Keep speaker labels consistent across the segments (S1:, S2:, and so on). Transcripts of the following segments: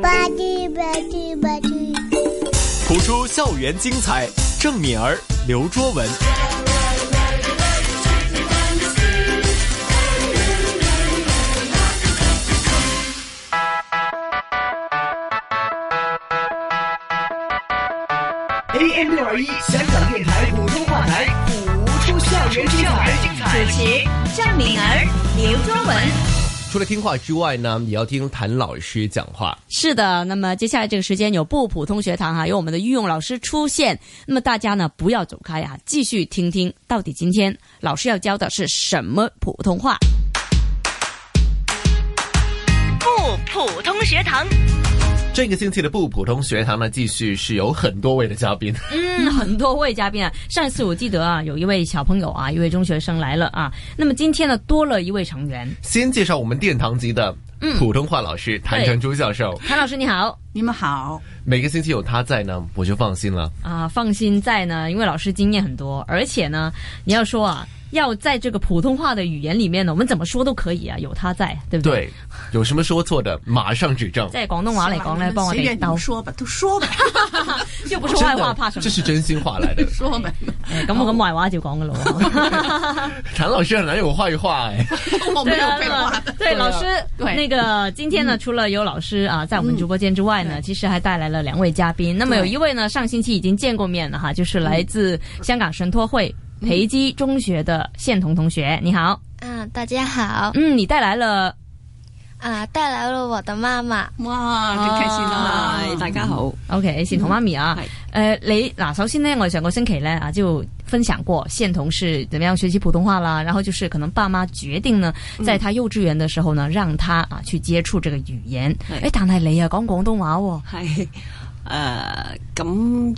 S1: 吧唧吧唧吧唧。
S2: 谱出校园精彩，郑敏儿、刘卓文。
S3: AM 六二一，香港电台普通话台，谱出校园精彩。
S4: 主持郑敏儿、刘卓文。
S5: 除了听话之外呢，也要听谭老师讲话。
S4: 是的，那么接下来这个时间有不普通学堂哈、有我们的御用老师出现。那么大家呢不要走开啊，继续听听到底今天老师要教的是什么普通话。
S6: 不普通学堂，
S5: 这个星期的不普通学堂呢，继续是有很多位的嘉宾，
S4: 嗯，很多位嘉宾啊，上一次我记得啊，有一位小朋友啊，一位中学生来了啊。那么今天呢，多了一位成员，
S5: 先介绍我们殿堂级的
S4: 嗯
S5: 普通话老师谭成珠教授。
S4: 谭老师你好。
S7: 你们好，
S5: 每个星期有他在呢，我就放心了。
S4: 啊，放心在呢，因为老师经验很多，而且呢，你要说啊，要在这个普通话的语言里面呢，我们怎么说都可以啊，有他在，对不对？
S5: 对，有什么说错的，马上指正。
S4: 在广东话来讲呢，帮我
S7: 随便
S4: 哋
S7: 你
S4: 兜
S7: 们，说吧，都说吧，
S4: 又不
S5: 真
S4: 是坏
S5: 的
S4: 话，怕什
S5: 这
S4: 么？
S5: 是真心话来 的。
S7: 说吧。
S4: 哎咁我咁坏话就讲噶咯喎。
S5: 谭老师很难有坏话哎。
S7: 我没有 废话
S4: 对
S7: 的
S4: 啊。对老师，
S7: 对
S4: 那个今天呢，
S7: 嗯
S4: 除了有老师啊在我们直播间之外呢，其实还带来了两位嘉宾。那么有一位呢，上星期已经见过面了哈，就是来自
S7: 嗯
S4: 香港神托会培基中学的宪彤同学，你好。
S8: 啊，大家好，
S4: 嗯，你带来了
S8: 啊，带来了我的妈妈，
S7: 哇，真开心啊！
S4: 啊
S7: 大家好，
S4: OK 线童媽咪啊
S7: 嗯係，
S4: 诶、你嗱首先呢，我哋上個星期呢啊就分享過线童是怎麼樣學習普通話啦，然後就是可能爸媽決定呢，在他幼稚園的時候呢，讓他啊去接觸這個語言。
S9: 係
S4: 诶、但係你啊講廣東話喎、
S9: 係誒呃咁，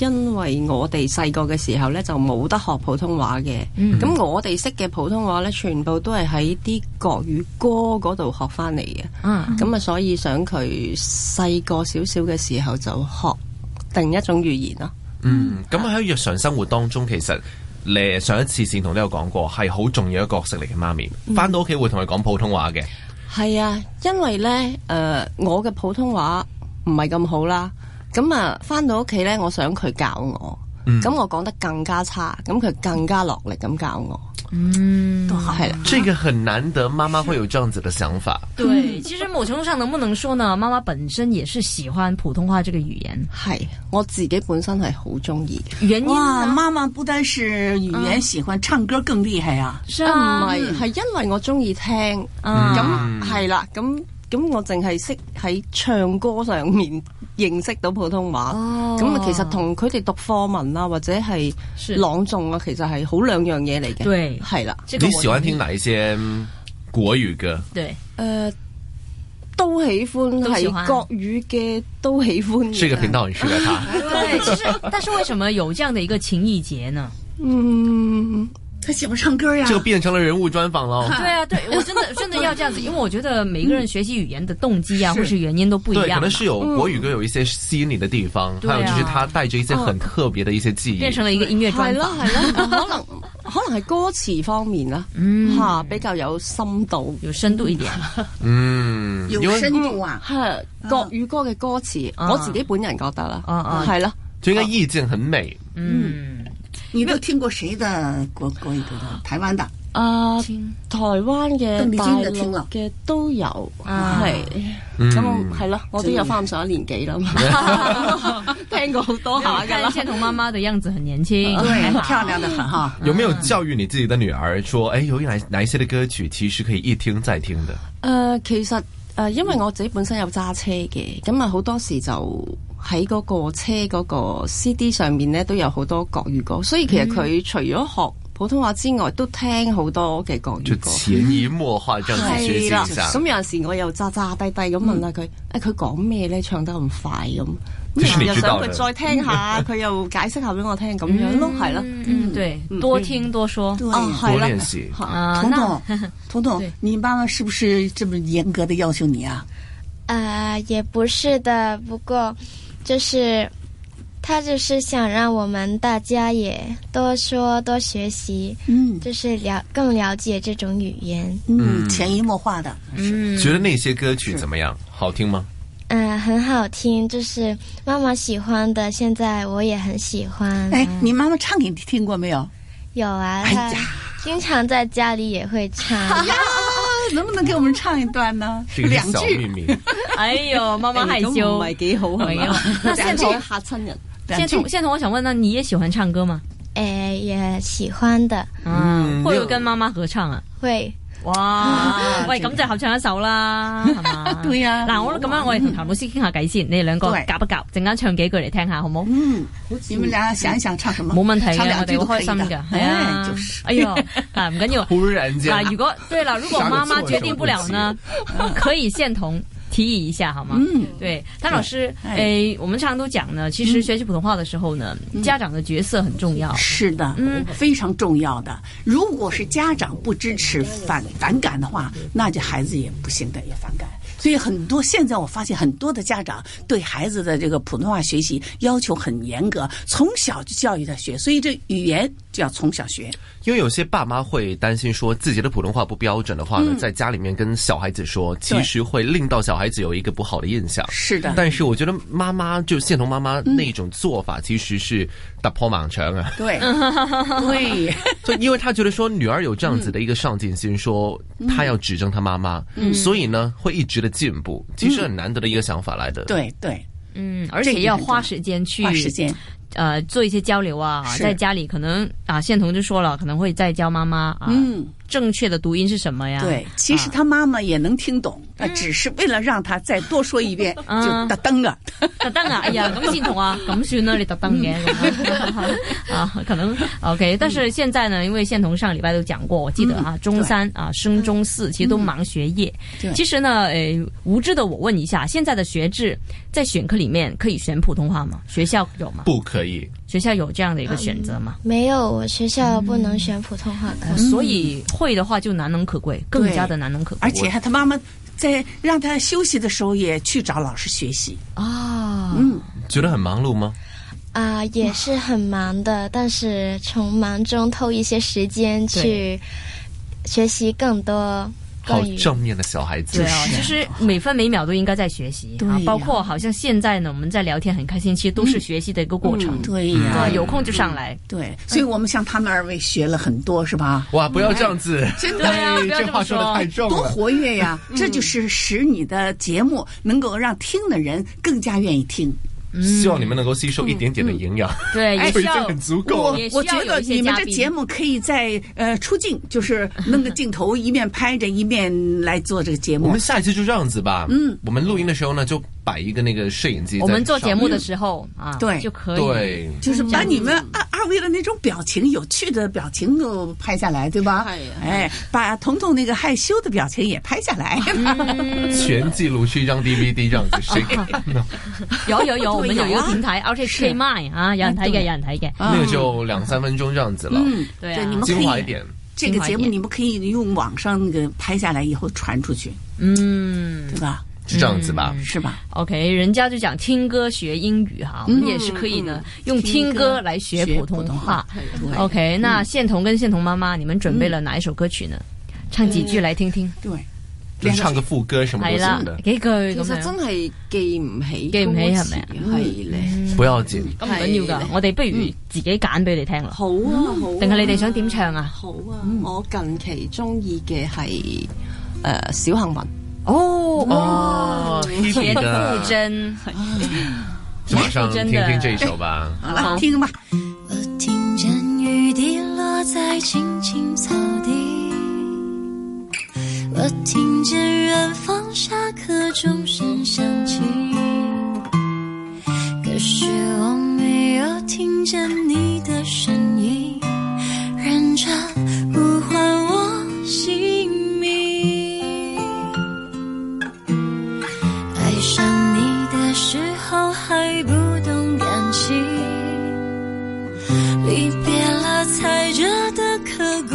S9: 因為我哋細個嘅時候呢，就冇得學普通話嘅，咁、
S4: 嗯
S9: 我哋識嘅普通話呢，全部都係喺啲國語歌嗰度學翻嚟嘅，
S4: 嗯，
S9: 咁啊、所以想佢細個少少嘅時候就學定一種語言咯。
S5: 嗯，咁喺日常生活當中，其實你上一次善同都有講過，係好重要一個角色嚟嘅媽咪。
S4: 嗯
S5: 翻到屋企會同佢講普通話嘅。
S9: 係啊，因為呢，誒、我嘅普通話唔係咁好啦，咁啊翻到屋企呢，我想佢教我，咁、我講得更加差，咁佢更加落力咁教我，
S4: 嗯
S7: 多好
S9: 係啦。
S5: 这个很难得，妈妈会有这样子的想法。
S4: 對，其實某程度上能不能說呢？媽媽本身也是喜歡普通話這個語言，
S9: 係，我自己本身係好中意嘅，
S4: 原因
S7: 哇，
S4: 呢？
S7: 妈妈不单是语言喜欢，唱歌更厉害啊！
S4: 是
S9: 啊唔
S4: 啊，
S9: 係係因為我中意聽，
S5: 嗯
S4: 啊
S9: 咁係啦，咁咁我淨係識喺唱歌上面認識到普通話，
S4: 哦
S9: 咁啊其實同佢哋讀課文啊或者係
S4: 是
S9: 朗誦啊，其實係好兩樣嘢嚟嘅，
S4: 對
S9: 係啦，
S4: 這個
S5: 你
S4: 我
S5: 喜歡聽哪一些嗯國語歌？
S4: 對，
S9: 誒呃都喜歡
S4: 都喜
S9: 係
S4: 歡
S9: 國語嘅都喜歡
S4: 嗯
S9: 嘅，
S5: 這個頻道很適合他。
S4: 對，其實但是為什麼有這樣的一個情意結呢？
S9: 嗯。
S7: 他喜欢唱歌呀
S4: 啊
S5: 这，个变成了人物专访喽。
S4: 对啊，对我真的真的要这样子，因为我觉得每个人学习语言的动机啊，
S5: 是
S4: 或是原因都 不一
S5: 对，可
S4: 样嘛
S5: 能，是有国语歌有一些吸引你的地方，
S4: 对啊
S5: 还有就是它带着一些很特别的一些记忆。
S4: 变成了一个音乐专
S9: 係咯
S4: 访。
S9: 係咯，可能 可能係歌詞方面啦，
S4: 嗯
S9: 嚇比較有深度。
S4: 有深度一点，
S5: 嗯，
S7: 有
S5: 因为
S7: 深度啊！
S9: 係國語歌嘅歌詞，
S4: 啊
S9: 我自己本人覺得啦
S4: 啊啊，
S9: 係啦，
S5: 就应该意境很美。
S4: 嗯，
S7: 你都听过谁的国国语歌的？台湾的，
S9: 啊台灣
S7: 都
S9: 嘅、
S7: 未
S9: 大
S7: 聽就聽啦
S9: 陸嘅都有，
S4: 啊
S9: 係
S5: 嗯
S9: 咁，係咯，我都有翻咁上下年紀 啦嘛， 聽過好多下㗎
S4: 啊看
S9: 啦。
S4: 倩彤妈妈的样子很年轻，
S7: 嗯 对
S4: 还，好
S7: 漂亮的很哈。
S5: 有没有教育你自己的女儿说，哎，有哪哪一些的歌曲其实可以一听再听的？
S7: 嗯
S9: 誒，呃其實誒，因為我自己本身有揸車嘅，咁啊好多時就喺嗰個車嗰個 CD 上面咧都有好多國語歌，所以其實
S4: 嗯
S9: 佢除咗學普通話之外，都聽好多嘅國
S5: 就
S9: 語歌。
S5: 潜移默化这样子学习一
S7: 哎
S9: 啦，
S5: 下
S9: 咁。有陣時我又咋咋低低咁問下
S4: 嗯
S9: 佢，誒佢講咩咧？唱得咁快咁，
S5: 即是
S9: 咁啊
S5: 你
S9: 又
S5: 知道
S9: 想
S5: 嘅
S9: 佢再 聽下，佢又解釋下俾我聽咁樣咯，係啦，
S4: 嗯，对，多听多说
S7: 对，
S9: 啊
S5: 哦多
S9: 係啦
S5: 练，习，
S4: 啊，
S7: 哦彤
S4: 那
S7: 彤， 彤彤
S4: 对，
S7: 你妈妈是不是这么严格的要求你啊？
S8: 啊，也不是的，不过就是他就是想让我们大家也多说多学习，
S7: 嗯
S8: 就是了更了解这种语言。
S7: 嗯，潜移默化的，
S4: 嗯，
S5: 觉得那些歌曲怎么样？好听吗？
S8: 嗯、很好听，就是妈妈喜欢的，现在我也很喜欢。
S7: 哎，你妈妈唱给你听过没有？
S8: 有啊，她经常在家里也会唱。
S7: 啊 能不能给我们唱一段呢？
S5: 这个
S7: 两
S5: 是小秘
S7: 句，
S5: 密。
S4: 哎呦，妈妈害
S9: 咁
S4: 羞
S9: 唔。係幾好係
S4: 哎呦
S9: 嘛？
S4: 那
S9: 兩
S4: 宪
S9: 句
S4: 彤，
S9: 嚇親人。
S7: 两
S4: 宪
S7: 句
S4: 彤，宪彤，我想问，那你也喜欢唱歌吗？
S8: 哎，也喜欢的，
S4: 嗯，会唔会跟妈妈合唱啊？
S8: 会
S4: 哇！喂，咁就合唱一首啦，係嘛？
S7: 對啊
S4: 嗱，我咁樣，我哋同譚老師傾下偈先，你哋兩個
S7: 對
S4: 夾一夾，陣間唱幾句嚟聽下，好冇？
S7: 嗯，你们俩想一想唱什么？
S4: 冇問題
S7: 唱
S4: 嘅，
S7: 两
S4: 我
S7: 句
S4: 哋
S7: 都
S4: 好
S7: 可
S4: 開
S7: 以
S4: 心
S7: 的
S4: 嘅，係
S7: 哎，
S4: 啊
S7: 就。是。
S4: 哎呦，嗱，唔緊 要。
S5: 忽然间
S7: 啊
S4: 嗱，如果对了，如果妈妈决定不了呢，可以现同提议一下好吗？
S7: 嗯，
S4: 对，潘老师，
S7: 哎
S4: 诶，我们常常都讲呢，其实
S7: 嗯
S4: 学习普通话的时候呢，家长的角色很重要。
S7: 是的，
S4: 嗯
S7: 非常重要的。如果是家长不支持、反反感的话，那这孩子也不行的，也反感。所以很多现在我发现很多的家长对孩子的这个普通话学习要求很严格，从小就教育他学，所以这语言就要从小学。
S5: 因为有些爸妈会担心说自己的普通话不标准的话呢，
S7: 嗯
S5: 在家里面跟小孩子说，其实会令到小孩子有一个不好的印象。
S7: 是的，嗯
S5: 但是我觉得妈妈就现同妈妈那种做法，其实是打破盲肠啊！
S7: 对， 对，
S5: 就因为她觉得说女儿有这样
S4: 嗯
S5: 子的一个上进心，说她要指正她妈妈，
S4: 嗯
S5: 所以呢会一直的进步，其实很难得的一个想法来的。，
S7: 对，对，
S4: 嗯，而且要花时间去
S7: 花时间，
S4: 呃做一些交流啊，
S7: 是
S4: 在家里可能啊，宪彤就说了，可能会再教妈妈啊，
S7: 嗯，
S4: 正确的读音是什么呀？
S7: 对。其
S4: 啊
S7: 实他妈妈也能听懂，呃只是为了让他再多说一 遍，
S4: 嗯
S7: 就特登了。
S4: 特登 啊！哎呀，咁先同啊，咁算啦，你特登嘅咁 啊，可能 OK。但是现在呢，因为宪彤上礼拜都讲过，我记得啊，中三啊升中四，其实都忙学业
S7: 对。
S4: 其实呢，诶，无知的我问一下，现在的学制在选课里面可以选普通话吗？学校有吗？
S5: 不可以。
S4: 学校有这样的一个选择吗？
S8: 没有，我学校不能选普通话课。
S5: 嗯
S4: 所以会的话就难能可贵，更加的难能可贵
S7: 而且他妈妈在让他休息的时候也去找老师学习。嗯
S4: 啊。
S5: 觉得很忙碌吗？
S8: 啊、也是很忙的，但是从忙中抽一些时间去学习更多
S5: 好
S8: 关于
S5: 正面的小孩子，
S4: 对啊，其实每分每秒都应该在学习
S7: 对
S4: 啊
S7: 呀，
S4: 包括好像现在呢，我们在聊天很开心，其实都是学习的一个过程。
S7: 嗯对嗯
S4: 啊，有空就上来。
S7: 对，所以我们向他们二位学了很多，是吧？
S5: 哇，不要这样子，
S7: 真
S4: 对啊，不要
S5: 哎这
S4: 这
S5: 话
S4: 么
S5: 说的太
S4: 说。
S5: 重
S7: 多
S5: 了。
S7: 活跃呀！
S4: 嗯
S7: 这就是使你的节目能够让听的人更加愿意听。
S4: 嗯
S5: 希望你们能够吸收一点点的营养，
S4: 对，也
S5: 就
S4: 需
S5: 已经
S4: 要
S5: 很足够
S7: 我
S5: 了。
S4: 也需
S7: 我
S4: 要
S7: 觉
S4: 有
S7: 得
S4: 一些
S7: 你们
S4: 嘉
S7: 这
S4: 宾
S7: 节目可以在呃出镜， 就是弄个镜头，一面拍着一面来做这个节
S5: 我
S7: 目
S5: 们。下一次就这样子吧。嗯，我们录音的时候呢，就摆一个那个摄影机。
S4: 我们做节目的，时候啊，
S7: 对
S4: 就可以。
S5: 对，
S7: 就是
S4: 嗯
S7: 把你们二二位的那种表情、有趣的表情都拍下来，对吧
S9: 哎呀？
S7: 哎，把彤彤那个害羞的表情也拍下来。
S4: 啊
S5: 全记录是一张 DVD 这样子，谁 看
S4: 啊
S5: 呢？
S4: 有有有，我们有一
S7: 对
S4: 个
S7: 呀
S4: 平台 RTK
S7: 是哎
S4: Mine 啊，有人睇嘅，有人睇嘅。
S5: 那个就两三分钟这样子了，
S7: 嗯，
S4: 嗯对
S7: 对，
S4: 啊
S7: 你们可
S5: 精华一
S7: 以
S5: 点。
S7: 这个节
S4: 精华一
S7: 目
S4: 点
S7: 你们可以用网上那个拍下来以后传出去，
S4: 嗯
S7: 对吧？
S5: 是这样子吧？
S7: 是吧？
S4: ，OK，人家就讲听歌学英语哈，我们也是可以
S7: 嗯
S4: 呢，用听歌来学
S7: 学
S4: 普通
S7: 通
S4: 话。哦
S7: 对
S4: OK，那宪彤跟宪彤妈妈，你们准备了哪一首歌曲呢？唱几句来听听。
S7: 对，
S5: 就唱个副歌什么都
S4: 系啦
S5: 行的，，
S4: 幾句咁
S9: 其實真
S4: 樣。
S9: 係記唔起，
S4: 記唔起係咪啊？
S9: 係咧，
S4: 嗯
S5: 不要紧。
S4: 咁唔緊要㗎，我哋不如
S5: 嗯
S4: 自己揀俾你聽啦。
S9: 好啊，好啊。
S4: 定係你哋想點唱啊？
S9: 好啊，我近期中意嘅係誒小幸運。
S4: 哦，
S5: 哦，
S4: 田馥
S5: 的，
S4: 甄，
S5: 就马上听
S4: 真的
S5: 听这一首 吧。
S7: 好了，听吧。
S10: 我呃听见雨滴落在青青草地，我听见远方下课钟声响起，可是我没有听见你的声音，认真呼唤我姓名。爱上你的时候还不懂感情。离别了才觉得刻骨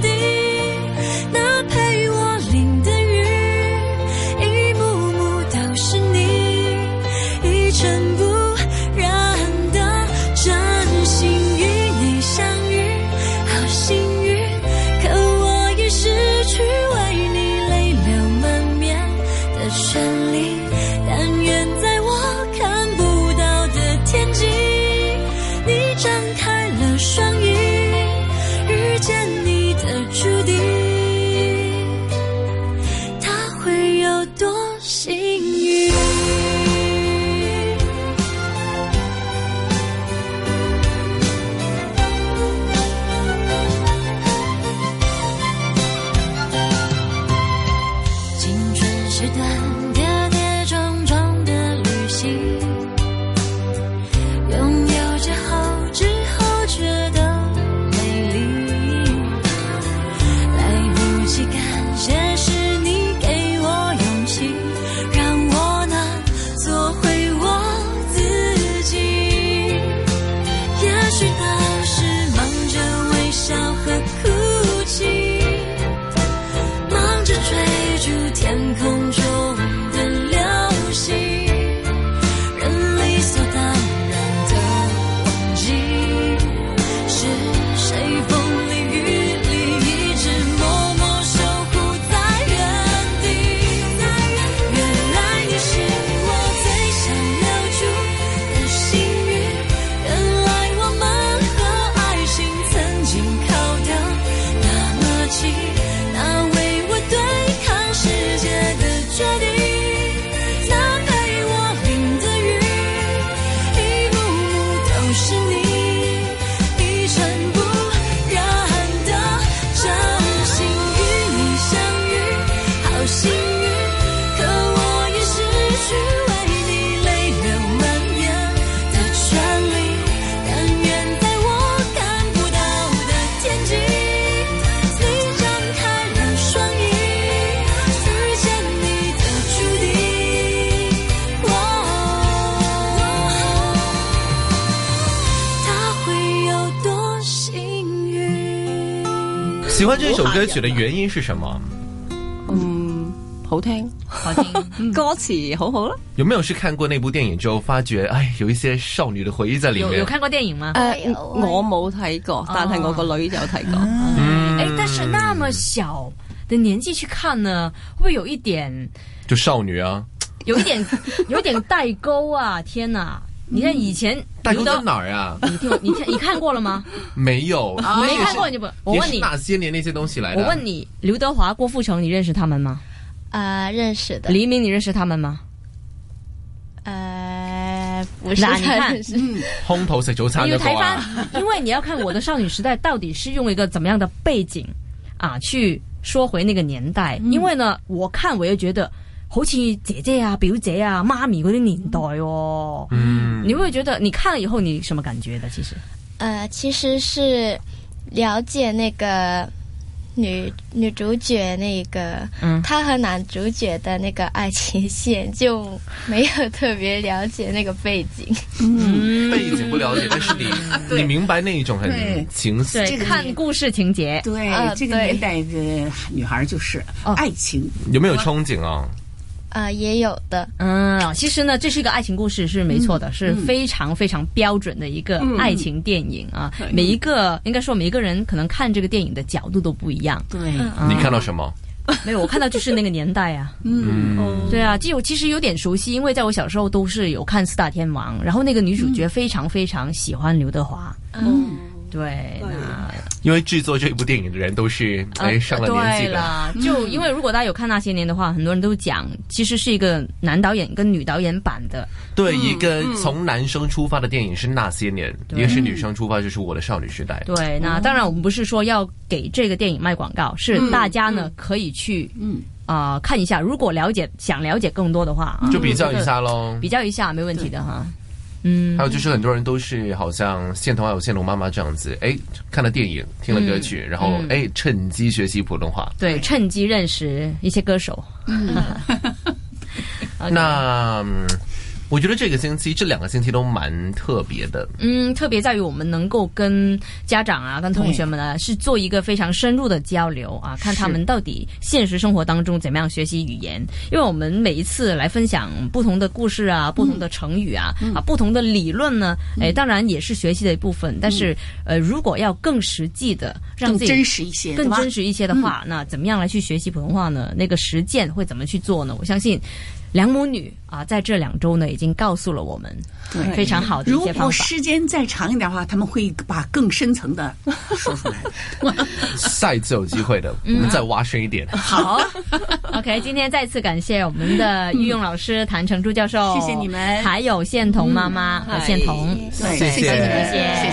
S10: 定，那陪我淋的雨，一幕幕都是你，一尘不染的真心与你相遇，好幸运。可我已失去为你泪流满面的权利。但愿在我看不到的天际，你张开了双翼，遇见你的注定，他会有多幸运？青春是段跌跌撞撞的旅行，拥有着后知后觉的美丽，来不及感谢是你给我勇气，让我能做回我自己。也许当时忙着微笑和哭泣。忙着追逐天空中的流星，人理所当然的忘记是谁风里雨里一直默默守护在原地。原来你是我最想留住的幸运，原来我们和爱情曾经靠得那么近，那为我对抗世界的决定，那陪我淋的雨，一幕幕都是你，一尘不染的真心与你相遇，好幸运。可我已失去为你泪流满面的权利，但愿在我看不到的天际，你张开了双翼，遇见你的注定。他会有多幸运？
S5: 喜欢这首歌曲的原因是什么？
S9: 嗯，好聽，
S4: 好听。
S9: 歌詞好好啦。
S5: 有没有是看过那部电影之后发觉，哎，有一些少女的回忆在里
S4: 有
S5: 面
S4: 有？看过电影吗？
S8: 呃
S9: 诶、我冇睇過，但係我個女有睇過。
S5: 嗯
S4: 哎、但是那么小的年纪去看呢，会不会有一点，
S5: 就少女啊，
S4: 有一点， 有一点代沟啊？天哪！你看以前
S5: 代
S4: 刘
S5: 沟在
S4: 德，
S5: 哪儿啊？
S4: 你听我，你看你看过了 吗？
S5: 没有，
S4: 你
S5: 那
S4: 哦没
S5: 也
S4: 看
S5: 是
S4: 过你就不，我
S5: 也
S4: 问
S5: 是
S4: 你，
S5: 那些年那些东西来的。
S4: 我问你，刘德华、郭富城，你认识他们吗？
S8: 呃，认识的，
S4: 黎明，你认识他们吗？
S8: 呃，不是
S4: 那你
S8: 太
S4: 看
S8: 认识，
S5: 烘头食早餐
S4: 你
S5: 嗰
S4: 要
S5: 個
S4: 睇
S5: 啊
S4: 翻，因为你要看我的少女时代到底是用一个怎么样的背景啊去说回那个年代，因为呢，我看我也觉得好似姐姐啊、表姐啊、妈咪嗰啲年代哦，
S5: 嗯，
S4: 你会觉得你看了以后你什么感觉的？其实
S8: 呃，其实是了解那个女女主角那个，
S4: 嗯
S8: 她和男主角的那个爱情线，就没有特别了解那个背景。
S5: 背景不了解，但是 你你明白那一种很
S7: 对
S5: 情色。
S4: 对，看故事情节，
S7: 对，
S8: 啊
S7: 这个
S8: 对
S7: 年代的女孩就是
S4: 哦
S7: 爱情，
S5: 有没有憧憬啊？
S8: 呃，也有的，
S4: 嗯，其实呢，这是一个爱情故事，是没错的，是非常非常标准的一个爱情电影啊。每一个应该说每一个人可能看这个电影的角度都不一样，啊
S7: 对，
S4: 嗯
S5: 你看到什么？
S4: 没有，我看到就是那个年代啊。
S5: 嗯，
S4: 对啊，其实我其实有点熟悉，因为在我小时候都是有看《四大天王》，然后那个女主角非常非常喜欢刘德华。
S8: 嗯，
S4: 对，那
S5: 因为制作这部电影的人都是哎
S4: 呃
S5: 上了年纪
S4: 对
S5: 的，
S4: 了，就因为如果大家有看那些年的话，很多人都讲，其实是一个男导演跟女导演版的。
S5: 对一个从男生出发的电影是那些年，一个是女生出发就是我的少女时代。
S4: 对，那当然我们不是说要给这个电影卖广告，是大家呢可以去
S7: 嗯
S4: 啊、呃
S5: 嗯
S4: 看一下，如果了解想了解更多的话啊，
S5: 就比较一下喽
S4: 比。较一下没问题的哈。嗯
S5: 还有就是很多人都是好像现童话有现龙妈妈这样子，哎，看了电影，听了歌曲，然后哎趁机学习普通话。
S4: 对，趁机认识一些歌手。OK
S5: 那、嗯我觉得这个星期这两个星期都蛮特别的，
S4: 嗯，特别在于我们能够跟家长啊、跟同
S7: 对
S4: 学们呢，是做一个非常深入的交流啊，看他们到底现实生活当中怎么样学习语言。因为我们每一次来分享不同的故事啊、不同的成语啊、啊、不同的理论呢，哎，当然也是学习的一部分。但是，呃，如果要更实际的让
S7: 更
S4: 自己
S7: 真实一些，对
S4: 更
S7: 吧？
S4: 真实一些的话，嗯那怎么样来去学习普通话呢？那个实践会怎么去做呢？我相信梁母女啊，在这两周呢，已经告诉了我们
S7: 对
S4: 非常好的一
S7: 如
S4: 些方
S7: 果
S4: 法。
S7: 时间再长一点的话，他们会把更深层的说出来。
S5: 下一次有机会的，我们再挖深一点。
S4: 好，OK，今天再次感谢我们的御用老师谭成珠教授，
S7: 谢谢你们
S4: 还有宪彤妈妈和宪彤，
S7: 对
S5: 谢谢
S4: 谢谢。